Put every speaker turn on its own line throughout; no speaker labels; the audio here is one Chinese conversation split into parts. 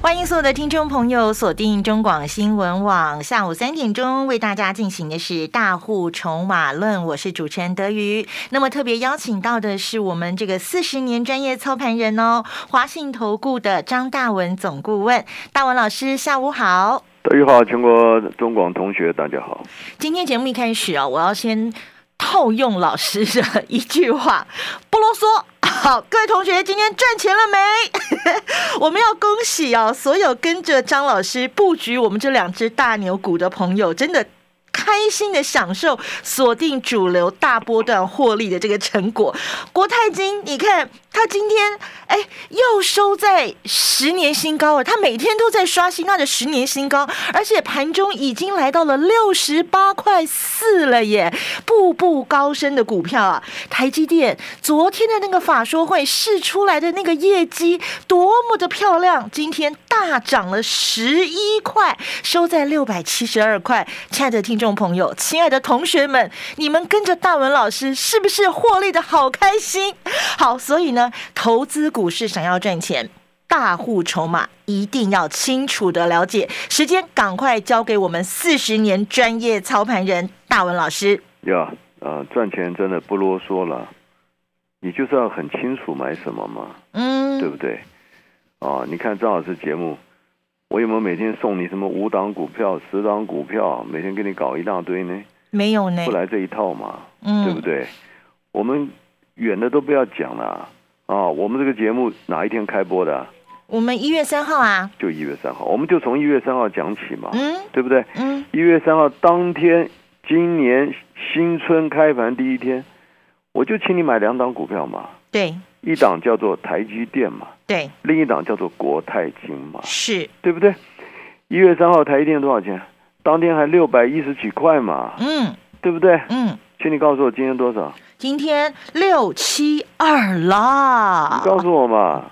欢迎所有的听众朋友锁定中广新闻网，下午三点钟为大家进行的是《大户筹码论》，我是主持人德瑜。那么特别邀请到的是我们这个四十年专业操盘人哦，华信投顾的张大文总顾问，大文老师下午好。
德语好，全国中广同学大家好。
今天节目一开始啊，我要先套用老师的一句话，不啰嗦。好，各位同学，今天赚钱了没？ 我们要恭喜哦，所有跟着张老师布局我们这两只大牛股的朋友，真的。开心的享受锁定主流大波段获利的这个成果。国泰金，你看它今天哎又收在十年新高啊了，它每天都在刷新它的十年新高，而且盘中已经来到了六十八块四了耶，步步高升的股票啊。台积电昨天的那个法说会试出来的那个业绩多么的漂亮，今天大涨了十一块，收在六百七十二块。亲爱的听众朋友，亲爱的同学们，你们跟着大文老师是不是获利的好开心？好，所以呢，投资股市想要赚钱。大户筹码一定要清楚的了解，时间赶快交给我们四十年专业操盘人大文老师。
呀，啊，赚钱真的不啰嗦了，你就是要很清楚买什么嘛，
嗯，
对不对？啊，你看张老师节目，我有没有每天送你什么五档股票、十档股票，每天给你搞一大堆呢？
没有呢
不，来这一套嘛，
嗯，
对不对？我们远的都不要讲了啊！我们这个节目哪一天开播的啊？
我们一月三号啊，
就一月三号，我们就从一月三号讲起嘛，
嗯
对不对？
嗯，
一月三号当天，今年新春开盘第一天，我就请你买两档股票嘛，
对
一档叫做台积电嘛，
对
另一档叫做国泰金嘛，
是，
对不对？一月三号台积电多少钱？当天还六百一十几块嘛，
嗯
对不对？
嗯，
请你告诉我今天多少？
今天六七二
你
啦，
告诉我嘛，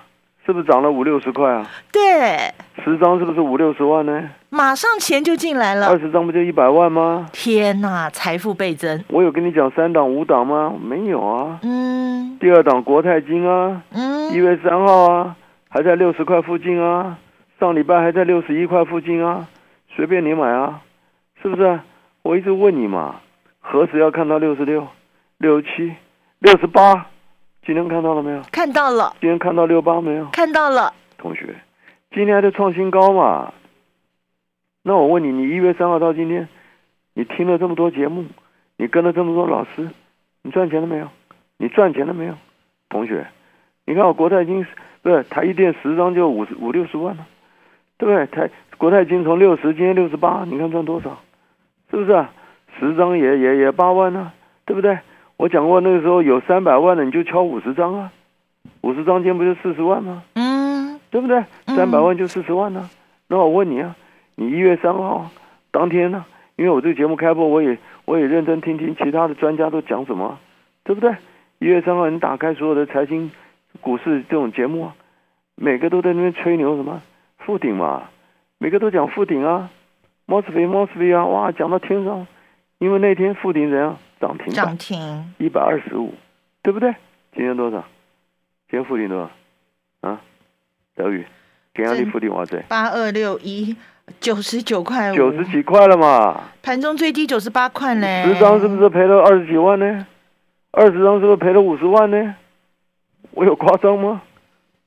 是不是涨了五六十块啊？
对，
十张是不是五六十万呢？
马上钱就进来了
二，十张不就一百万吗？
天呐，财富倍增，
我有跟你讲三档五档吗？没有啊。
嗯
第二档国泰金啊，一
嗯，
月三号啊，还在六十块附近啊，上礼拜还在六十一块附近啊，随便你买啊，是不是？我一直问你嘛，何时要看到六十六、六十七、六十八？今天看到了没有？
看到了
今天看到六八没有？
看到了，
同学，今天还在创新高嘛？那我问你，你一月三号到今天，你听了这么多节目，你跟了这么多老师，你赚钱了没有？你赚钱了没有？同学，你看我国泰金不是台积电十张就五十五六十万了，对不对？台国泰金从六十今天六十八，你看赚多少？是不是、啊？十张也也也八万呢、对不对？我讲过那个时候有三百万的你就敲五十张啊，五十张今天不就四十万吗？
嗯
对不对？
嗯
三百万就四十万呢、那我问你啊，你一月三号当天呢、因为我这个节目开播，我也我也认真听听其他的专家都讲什么啊，对不对？一月三号你打开所有的财经、股市这种节目啊，每个都在那边吹牛什么附顶嘛，每个都讲附顶啊，莫斯菲莫斯菲啊，哇，讲到天上，因为那天附顶怎样涨停板
涨，停
一百二十五，对不对？今天多少？今天附近多少？啊，德语，今天的附近哇塞，
八二六一九十九块五，
九十几块了嘛，
盘中最低九十八块嘞，
十张是不是赔了二十几万呢？二十张是不是赔了五十万呢？我有夸张吗？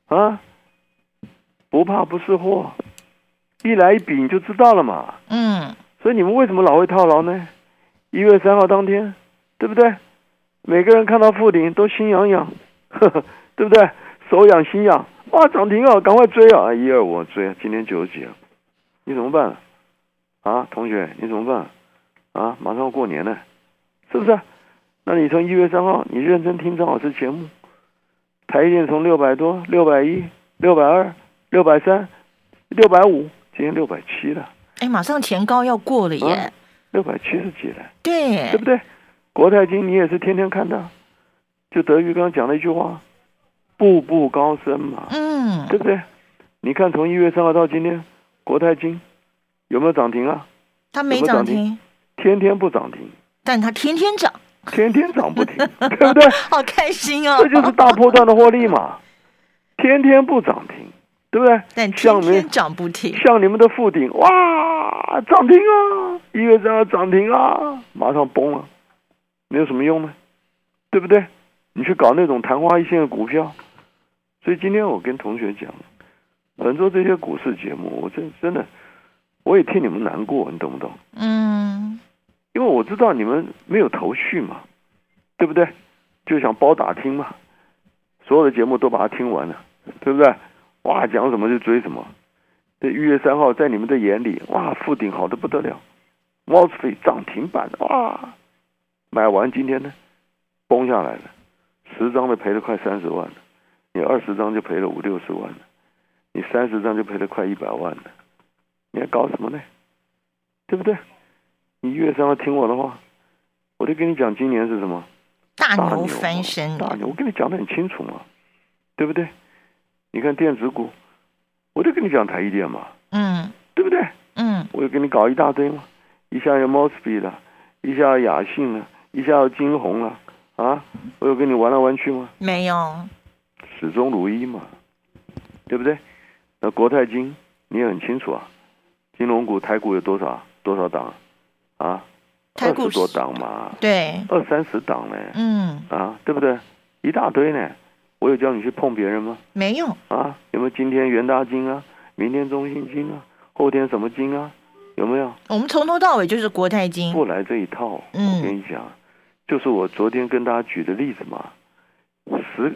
啊，不怕不是货，一来一比你就知道了嘛。
嗯
所以你们为什么老会套牢呢？一月三号当天，对不对？每个人看到附顶都心痒 痒，呵呵，对不对？手痒心痒，哇，涨停啊，赶快追啊！一二我追，今天九十几啊，你怎么办？啊，同学，你怎么办？啊，马上要过年了，是不是？那你从一月三号，你认真听张老师节目，台积电从六百多、六百一、六百二、六百三、六百五，今天六百七了，
哎，马上前高要过了耶
啊，六百七十几了。
对
对，不对？国泰金你也是天天看到，就德瑜刚刚讲了一句话，步步高升嘛，
嗯，
对不对？你看从一月三号到今天，国泰金有没有涨停啊？
它没
有没有
涨
涨
停，
天天不涨停，
但它天天涨，
天天涨 不停，对不对？
好开心哦
这！就是大波段的获利嘛，天天不涨停，对不对？
但
像
天
你
天
们
涨不停，
像你们的附顶，哇，涨停啊！一月三号涨停啊，马上崩了，没有什么用呢，对不对？你去搞那种昙花一现的股票，所以今天我跟同学讲，很多这些股市节目，我真真的，我也替你们难过，你懂不懂？
嗯，
因为我知道你们没有头绪嘛，对不对？就想包打听嘛，所有的节目都把它听完了，对不对？哇，讲什么就追什么。这一月三号在你们的眼里，哇，附顶好的不得了，Wall Street 涨停板，哇，买完今天呢，崩下来了，十张的赔了快三十万了，你二十张就赔了五六十万了，你三十张就赔了快一百万了，你还搞什么呢？对不对？你一月三号听我的话，我就跟你讲今年是什么
大
大
牛
牛
翻身，
大牛，我啊跟你讲的很清楚嘛，对不对？你看电子股，我就跟你讲台积电嘛，
嗯
对不对？
嗯
我就给你搞一大堆嘛，一下有 Mosby 了，一下有雅信了，一下有金红了，啊，我有跟你玩来玩去吗？
没有，
始终如一嘛，对不对？那国泰金你也很清楚啊，金融股、台股有多少多少档啊？啊，
台
二
股
十多
是
档嘛，
对，
二三十档呢，
嗯，
啊，对不对？一大堆呢，我有叫你去碰别人吗？
没有，
啊，有没有今天元大金啊，明天中信金啊，后天什么金啊？有没有？
我们从头到尾就是国泰金，
不来这一套，
嗯
我跟你讲，就是我昨天跟大家举的例子嘛，十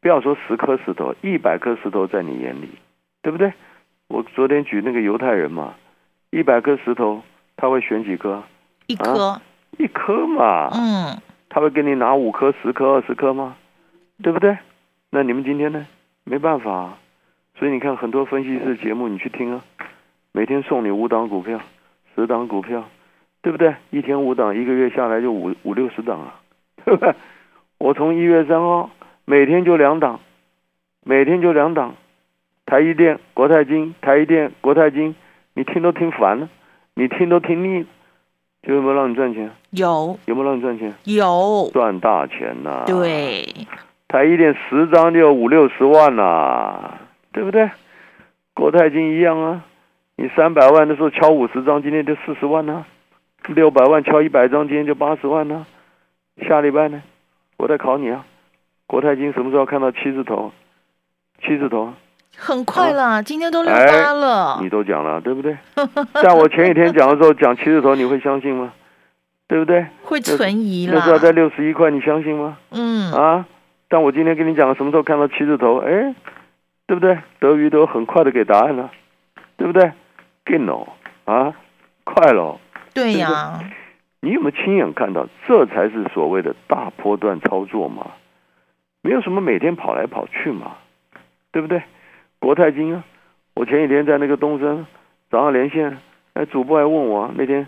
不要说十颗石头，一百颗石头在你眼里，对不对？我昨天举那个犹太人嘛，一百颗石头他会选几颗？
一颗，
一颗嘛，
嗯，
他会给你拿五颗、十颗、二十颗吗？对不对？那你们今天呢？没办法、啊，所以你看很多分析师节目，你去听啊，每天送你五档股票、十档股票，对不对？一天五档，一个月下来就五五六十档啊， 对不对？我从一月三号每天就两档，每天就两档，台积电、国泰金、台积电、国泰金，你听都听烦了，你听都听腻了，就有没有让你赚钱？
有
有没有让你赚钱？
有，
赚大钱呐、，
对，
台一点十张就有五六十万呐、对不对？国泰金一样啊，你三百万的时候敲五十张，今天就四十万呐、六百万敲一百张，今天就八十万呐、下礼拜呢，我再考你啊，国泰金什么时候看到七字头？七字头，
很快啦，今天都六
哎
八了
你，都讲了，啊对不对？但我前几天讲的时候讲七字头，你会相信吗？对不对？
会存疑
那
啦
时，候在六十一块，你相信吗？
嗯，
啊，但我今天跟你讲，什么时候看到七字头？哎，对不对？德语都很快的给答案了，对不对？更喽啊，快喽！
对
对
呀，
你有没有亲眼看到？这才是所谓的大波段操作嘛，没有什么每天跑来跑去嘛，对不对？国泰金啊，我前几天在那个东升早上连线，哎，主播还问我那天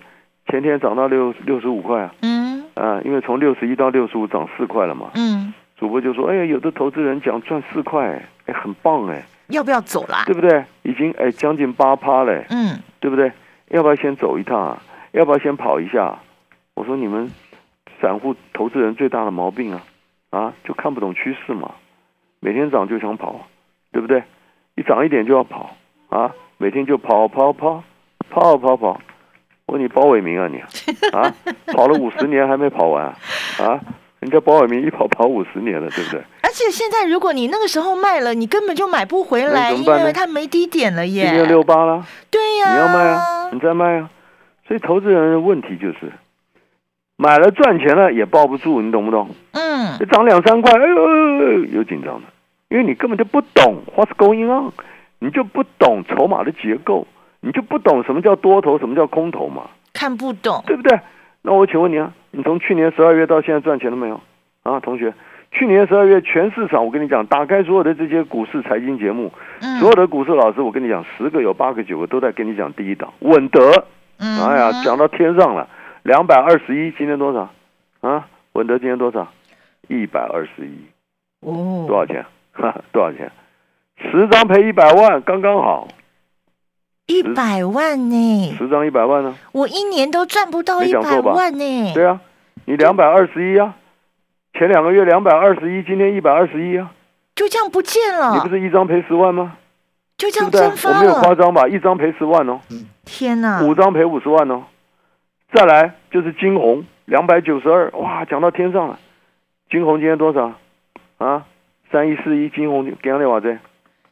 前天涨到六六十五块啊，
嗯
啊，因为从六十一到六十五涨四块了嘛，
嗯，
主播就说：“哎呀，有的投资人讲赚四块，哎，很棒哎，
要不要走啦？
对不对？已经哎将近八趴嘞，
嗯，
对不对？要不要先走一趟啊？要不要先跑一下？”我说：“你们散户投资人最大的毛病啊，啊，就看不懂趋势嘛，每天涨就想跑，对不对？一涨一点就要跑啊，每天就跑跑跑跑跑跑。我说你包伟明啊你啊，跑了五十年还没跑完啊？啊，人家包伟明一跑跑五十年了，对不对？”
而且现在如果你那个时候卖了，你根本就买不回来，
那怎
因
么办呢
为它没低点了
今天
耶。
六八啦，
对
你
呀，
要卖啊，你再卖啊。所以投资人的问题就是，买了赚钱了也抱不住，你懂不懂？
嗯
这涨两三块，哎呦哎呦，哎呦有紧张的，因为你根本就不懂 what's going on，你就不懂筹码的结构，你就不懂什么叫多头，什么叫空头嘛，
看不懂，
对不对？那我请问你啊，你从去年十二月到现在赚钱了没有？啊，同学，去年十二月全市场，我跟你讲，打开所有的这些股市财经节目，
嗯，
所有的股市老师，我跟你讲，十个有八个九个都在跟你讲第一档稳德，
嗯
哎呀，讲到天上了，两百二十一，今天多少？啊，稳德今天多少？一百二十一，
哦，
多少钱？哈哈，多少钱？十张赔一百万，刚刚好。
一百万呢？
十张一百万呢、
我一年都赚不到
没
一
讲
百
错吧
万呢。
对啊，你两百二十一啊，前两个月两百二十一，今天一百二十一啊，
就这样不见
你
了
不，是一张赔十万吗？
就啊这
对不
样
对
蒸？
我
发
没有夸
了。嗯
张吧？一张赔十万哦，
天哪！
五张赔五十万哦。再来就是金红两百九十二，哇，讲到天上了。金红今天多少？啊，三一四一，金红今天多少子？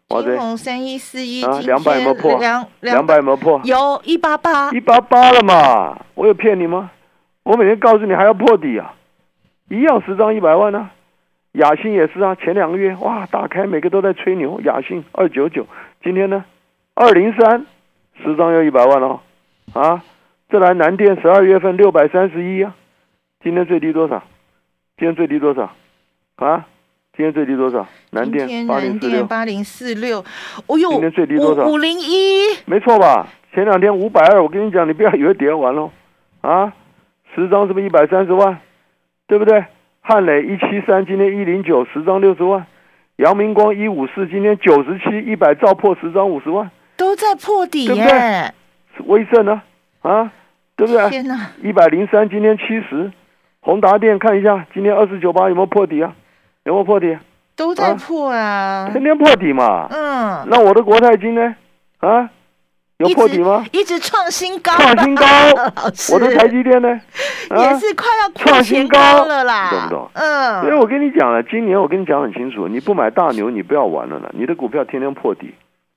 哇
金
塞，
红三一四一，
啊
今
200有没有
天
破
两
两百有没有破？
有一八八，
一八八了嘛？我有骗你吗？我每天告诉你还要破底啊，一样十张一百万呢、雅信也是啊，前两个月哇打开每个都在吹牛，雅信二九九，今天呢二零三，十张要一百万了哦、啊！再来南电十二月份六百三十一啊，今天最低多少？今天最低多少？啊？今天最低多少？南
今
电
天
八零
南
四六
电，八零四六，哦呦，
今天最低多少
五五零一，
没错吧？前两天五百二，我跟你讲，你不要以为跌完了啊，十张是不是一百三十万？对不对？汉磊一七三，今天一零九，十张六十万；阳明光一五四，今天九十七，一百兆破十张五十万。
都在破底
对不
耶！
威盛呢？啊，对不对？啊
天哪，
一百零三，今天七十。宏达电看一下，今天二四九八有没有破底啊？有没有破底？
都在破啊！
天天破底嘛。
嗯，
那我的国泰金呢？啊，有破底吗？
一直创新高，
创新 高
老师
我的台积电呢？啊
也。是快要破
创新
前
高
高了啦，
懂不懂所以
嗯，
啊我跟你讲了，今年我跟你讲很清楚，你不买大牛，你不要玩了呢。你的股票天天破底，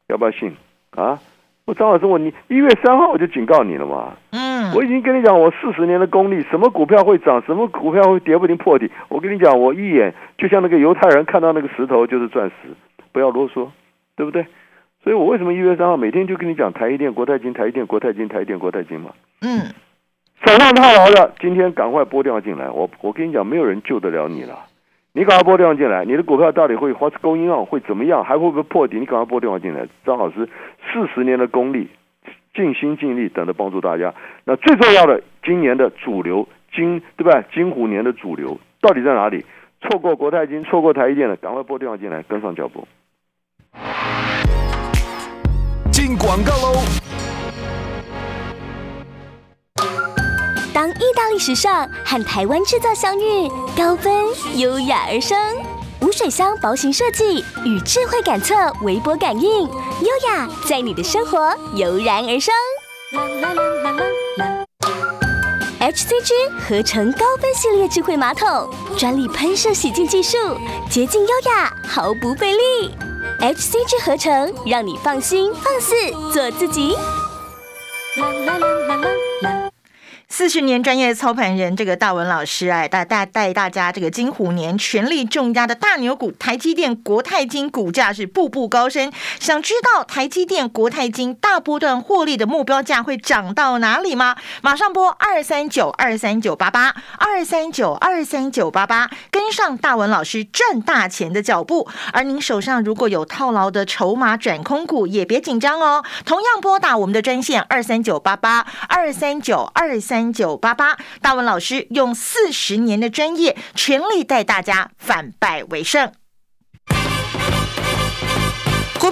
要不要信啊？我张老师，我你一月三号我就警告你了嘛，
嗯，
我已经跟你讲，我四十年的功力，什么股票会涨，什么股票会跌，不一定破底。我跟你讲，我一眼就像那个犹太人看到那个石头就是钻石，不要啰嗦，对不对？所以我为什么一月三号每天就跟你讲台积电、国泰金、台积电、国泰金、台积电、国泰金嘛？
嗯，
手上套牢的，今天赶快拨电话进来。我我跟你讲，没有人救得了你了。你赶快拨电话进来，你的股票到底会 what's going on 啊会怎么样，还会不会破底？你赶快拨电话进来。张老师四十年的功力，尽心尽力，等着帮助大家。那最重要的，今年的主流金对吧？金虎年的主流到底在哪里？错过国泰金，错过台积电的，赶快拨电话进来，跟上脚步。
进广告喽。
当意大利时尚和台湾制造相遇，高分优雅而生，无水箱薄型设计与智慧感测微波感应，优雅在你的生活油然而生。HCG 合成高分系列智慧马桶，专利喷射洗净技术，洁净优雅，毫不费力。HCG 合成让你放心放肆做自己。
四十年专业操盘人，这个大文老师哎，大大带大家这个金虎年全力重压的大牛股，台积电、国泰金股价是步步高升。想知道台积电、国泰金大波段获利的目标价会涨到哪里吗？马上拨二三九二三九八八二三九二三九八八，跟上大文老师赚大钱的脚步。而您手上如果有套牢的筹码转空股，也别紧张哦，同样拨打我们的专线二三九八八二三九二三九八八。大文老师用四十年的专业，全力带大家反败为胜。股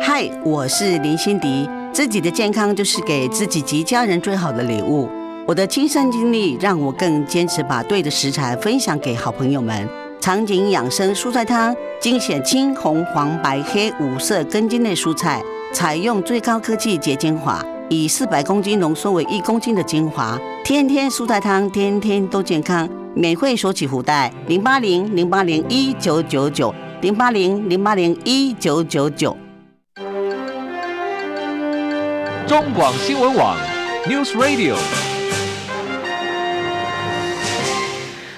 嗨，我是林心迪。自己的健康就是给自己及家人最好的礼物。我的亲身经历让我更坚持把对的食材分享给好朋友们。场景养生蔬菜汤，精选青、红、黄、白、黑五色根茎类蔬菜，采用最高科技结精华，以四百公斤浓缩为一公斤的精华，天天蔬菜汤，天天都健康。免费索取福袋零八零零八零一九九九零八零零八零一九九九。
中广新闻网，News Radio。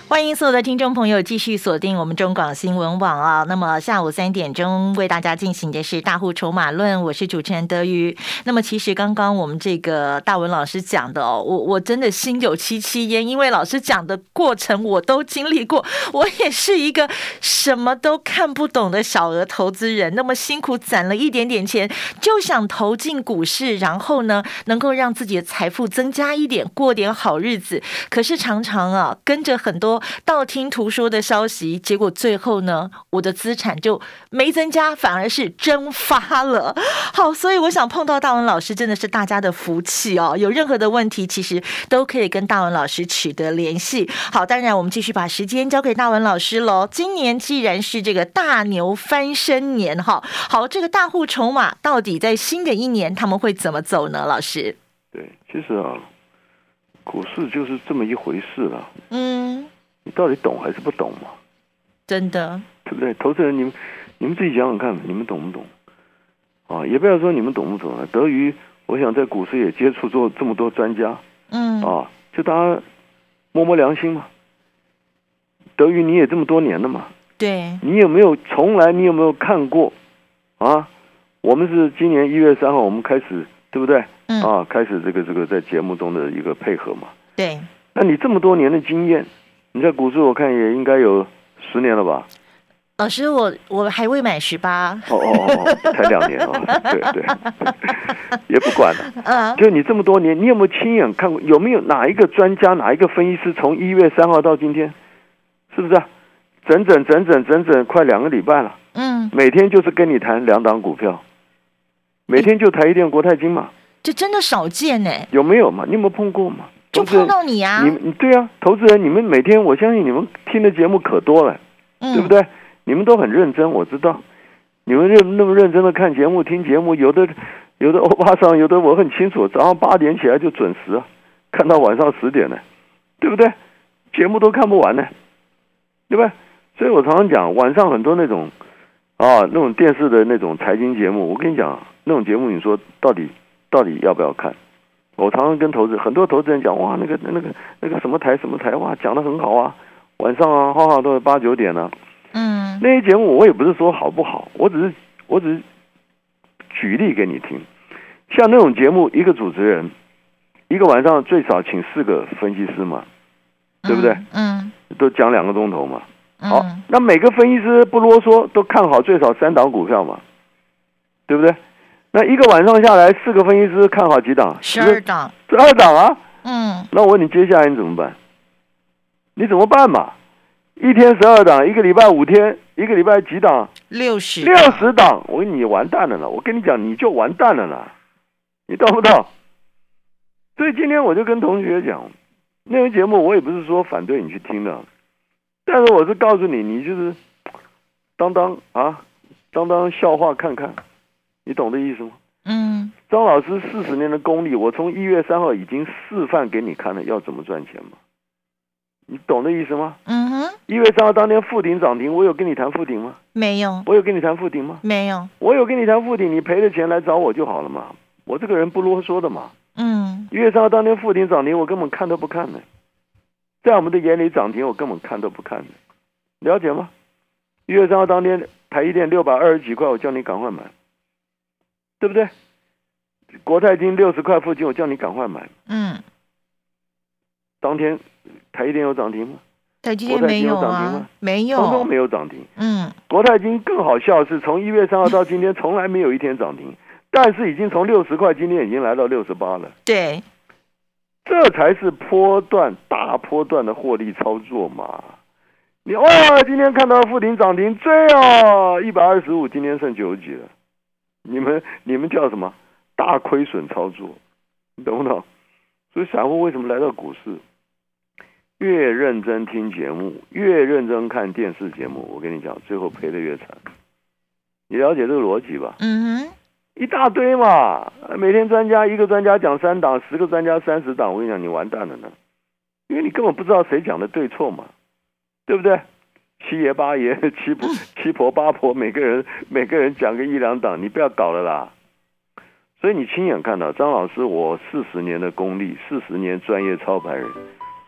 欢迎所有的听众朋友继续锁定我们中广新闻网啊！那么下午三点钟为大家进行的是《大户筹码论》，我是主持人德瑜。那么其实刚刚我们这个大文老师讲的哦，我我真的心有戚戚焉，因为老师讲的过程我都经历过，我也是一个什么都看不懂的小额投资人。那么辛苦攒了一点点钱，就想投进股市，然后呢，能够让自己的财富增加一点，过点好日子。可是常常啊，跟着很多。道听途说的消息，结果最后呢，我的资产就没增加，反而是蒸发了。好，所以我想碰到大文老师真的是大家的福气哦。有任何的问题，其实都可以跟大文老师取得联系。好，当然我们继续把时间交给大文老师喽。今年既然是这个大牛翻身年哈，好，这个大户筹码到底在新的一年他们会怎么走呢？老师，
对，其实啊，股市就是这么一回事了。
嗯，
你到底懂还是不懂嘛？
真的，
对不对？投资人，你们你们自己想想看，你们懂不懂？啊，也不要说你们懂不懂了。德于，我想在股市也接触过这么多专家
嗯，
啊，就大家摸摸良心嘛。德于，你也这么多年了嘛，
对，
你有没有从来你有没有看过啊？我们是今年一月三号，我们开始对不对？
嗯
啊，开始这个这个在节目中的一个配合嘛。
对，
那你这么多年的经验，你在股市我看也应该有十年了吧？
老师，我我还未满十八，
哦哦哦，才 两年哦，对对， 也不管了。
嗯。
就你这么多年，你有没有亲眼看过？有没有哪一个专家、哪一个分析师从一月三号到今天，是不是、啊？整整整整整整快两个礼拜了，
嗯，
每天就是跟你谈两档股票，每天就台一电、国泰金嘛，
这真的少见呢、
有没有嘛？你有没有碰过嘛？
就
投资人
碰到你啊，
你你对啊，投资人，你们每天我相信你们听的节目可多了，
嗯
对不？对？你们都很认真，我知道。你们认那么认真的看节目、听节目，有的有的欧巴桑，有的我很清楚，早上八点起来就准时啊，看到晚上十点呢，对不对？节目都看不完呢，对吧？所以我常常讲，晚上很多那种啊那种电视的那种财经节目，我跟你讲，那种节目你说到底到底要不要看？我常常跟投资很多投资人讲，哇，那个那个那个什么台什么台，哇，讲的很好啊，晚上啊，浩浩都是八九点呢、
嗯
那些节目我也不是说好不好，我只是我只是举例给你听。像那种节目，一个主持人一个晚上最少请四个分析师嘛，对不对？
嗯，
都讲两个钟头嘛。
嗯
好，那每个分析师不啰嗦，都看好最少三档股票嘛，对不对？那一个晚上下来，四个分析师看好几档？
十二档，
十二档啊！
嗯
那我问你，接下来你怎么办？你怎么办嘛？一天十二档，一个礼拜五天，一个礼拜几档？
六十
六十档，我跟你完蛋了呢！我跟你讲，你就完蛋了呢，你懂不懂？所以今天我就跟同学讲，那个节目我也不是说反对你去听的，但是我是告诉你，你就是当当啊，当当笑话看看，你懂这意思吗？
嗯
张老师四十年的功力，我从一月三号已经示范给你看了，要怎么赚钱嘛？你懂这意思吗？
嗯哼，
一月三号当天复顶涨停，我有跟你谈复顶吗？
没有
我有跟你谈复顶吗？
没有，
我有跟你谈附顶，你赔了钱来找我就好了嘛。我这个人不啰嗦的嘛。
嗯
一月三号当天附顶涨停，我根本看都不看的，在我们的眼里涨停我根本看都不看的，了解吗？一月三号当天台一电六百二十几块，我叫你赶快买，对不对？国泰金六十块附近，我叫你赶快买。
嗯，
当天台一电有涨停吗？
台积电没有啊，没
通通
有，
没有涨停。
嗯
国泰金更好笑是，从一月三号到今天，从来没有一天涨停，但是已经从六十块，今天已经来到六十八了，
对，
这才是波段大波段的获利操作嘛。你哇，今天看到富鼎涨停，追哦，一百二十五，今天剩九几了，你们你们叫什么？大亏损操作，你懂不懂？所以散户为什么来到股市？越认真听节目，越认真看电视节目，我跟你讲，最后赔的越惨。你了解这个逻辑吧？
嗯
一大堆嘛，每天专家一个专家讲三档，十个专家三十档，我跟你讲，你完蛋了呢，因为你根本不知道谁讲的对错嘛，对不对？七爷八爷、 七婆、七婆八婆，每个人每个人讲个一两档，你不要搞了啦。所以你亲眼看到张老师，我四十年的功力，四十年专业操盘人，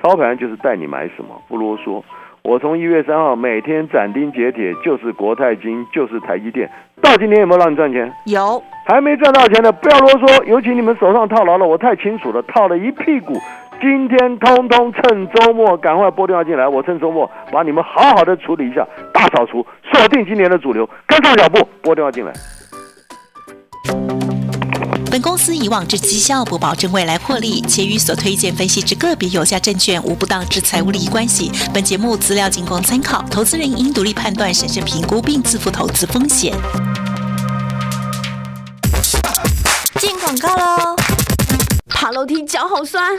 操盘人就是带你买什么，不啰嗦。我从一月三号每天斩钉截铁，就是国泰金，就是台积电，到今天有没有让你赚钱？
哼，有，
还没赚到钱的不要啰嗦，尤其你们手上套牢了，我太清楚了，套了一屁股。今天通通趁周末赶快拨电话进来，我趁周末把你们好好的处理一下，大扫除，锁定今年的主流，跟上脚步，拨电话进来。
本公司以往之绩效不保证未来获利，且与所推荐分析之个别有价证券无不当之财务利益关系。本节目资料仅供参考，投资人应独立判断、审慎评估并自负投资风险。
进广告喽！爬楼梯脚好酸，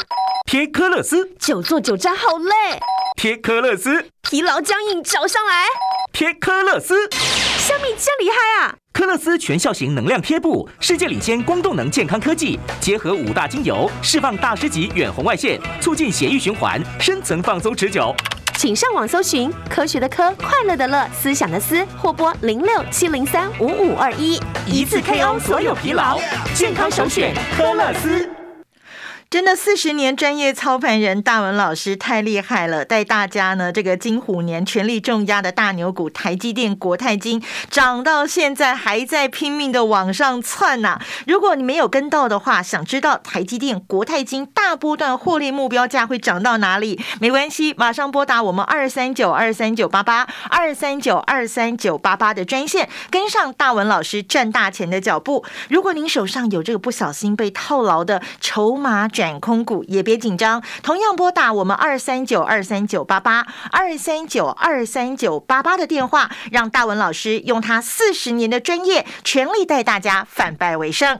贴科勒斯，
久坐久站好累，
贴科勒斯，
疲劳僵硬找上来。
贴科勒斯。
小米真厉害啊！
科勒斯全效型能量贴布，世界领先光动能健康科技，结合五大精油，释放大师级远红外线，促进血液循环，深层放松持久。
请上网搜寻“科学的科，快乐的乐，思想的思”，或拨零六七零三五五二一，
一次 KO 所有疲劳，健康首选科勒斯。
真的四十年专业操盘人大文老师太厉害了，带大家呢这个金虎年全力重压的大牛股台积电、国泰金涨到现在还在拼命的往上窜呐、如果你没有跟到的话，想知道台积电、国泰金大波段获利目标价会涨到哪里？没关系，马上拨打我们二三九二三九八八二三九二三九八八的专线，跟上大文老师赚大钱的脚步。如果您手上有这个不小心被套牢的筹码转空股，也别紧张，同样拨打我们二三九二三九八八二三九二三九八八的电话，让大文老师用他四十年的专业，全力带大家反败为胜。